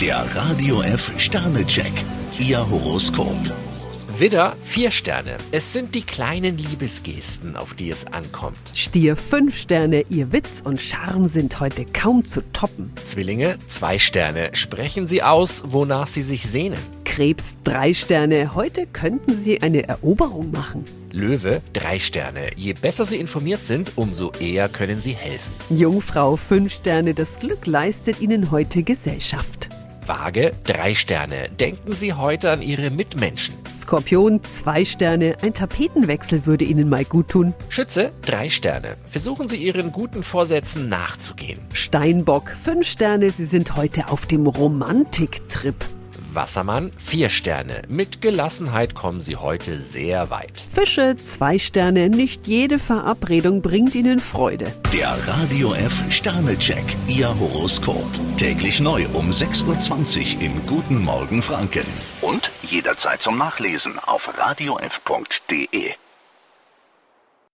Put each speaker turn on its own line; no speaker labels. Der Radio F Sternecheck, Ihr Horoskop.
Widder, vier Sterne. Es sind die kleinen Liebesgesten, auf die es ankommt.
Stier 5 Sterne, Ihr Witz und Charme sind heute kaum zu toppen.
Zwillinge, zwei Sterne. Sprechen Sie aus, wonach Sie sich sehnen.
Krebs 3 Sterne, heute könnten Sie eine Eroberung machen.
Löwe, drei Sterne. Je besser Sie informiert sind, umso eher können Sie helfen.
Jungfrau 5 Sterne, das Glück leistet Ihnen heute Gesellschaft.
Waage, drei Sterne. Denken Sie heute an Ihre Mitmenschen.
Skorpion 2 Sterne, ein Tapetenwechsel würde Ihnen mal gut tun.
Schütze, drei Sterne. Versuchen Sie Ihren guten Vorsätzen nachzugehen.
Steinbock 5 Sterne, Sie sind heute auf dem Romantiktrip.
Wassermann, vier Sterne. Mit Gelassenheit kommen Sie heute sehr weit.
Fische 2 Sterne, nicht jede Verabredung bringt Ihnen Freude.
Der Radio F Sternecheck, Ihr Horoskop. Täglich neu um 6.20 Uhr im Guten Morgen Franken. Und jederzeit zum Nachlesen auf radiof.de.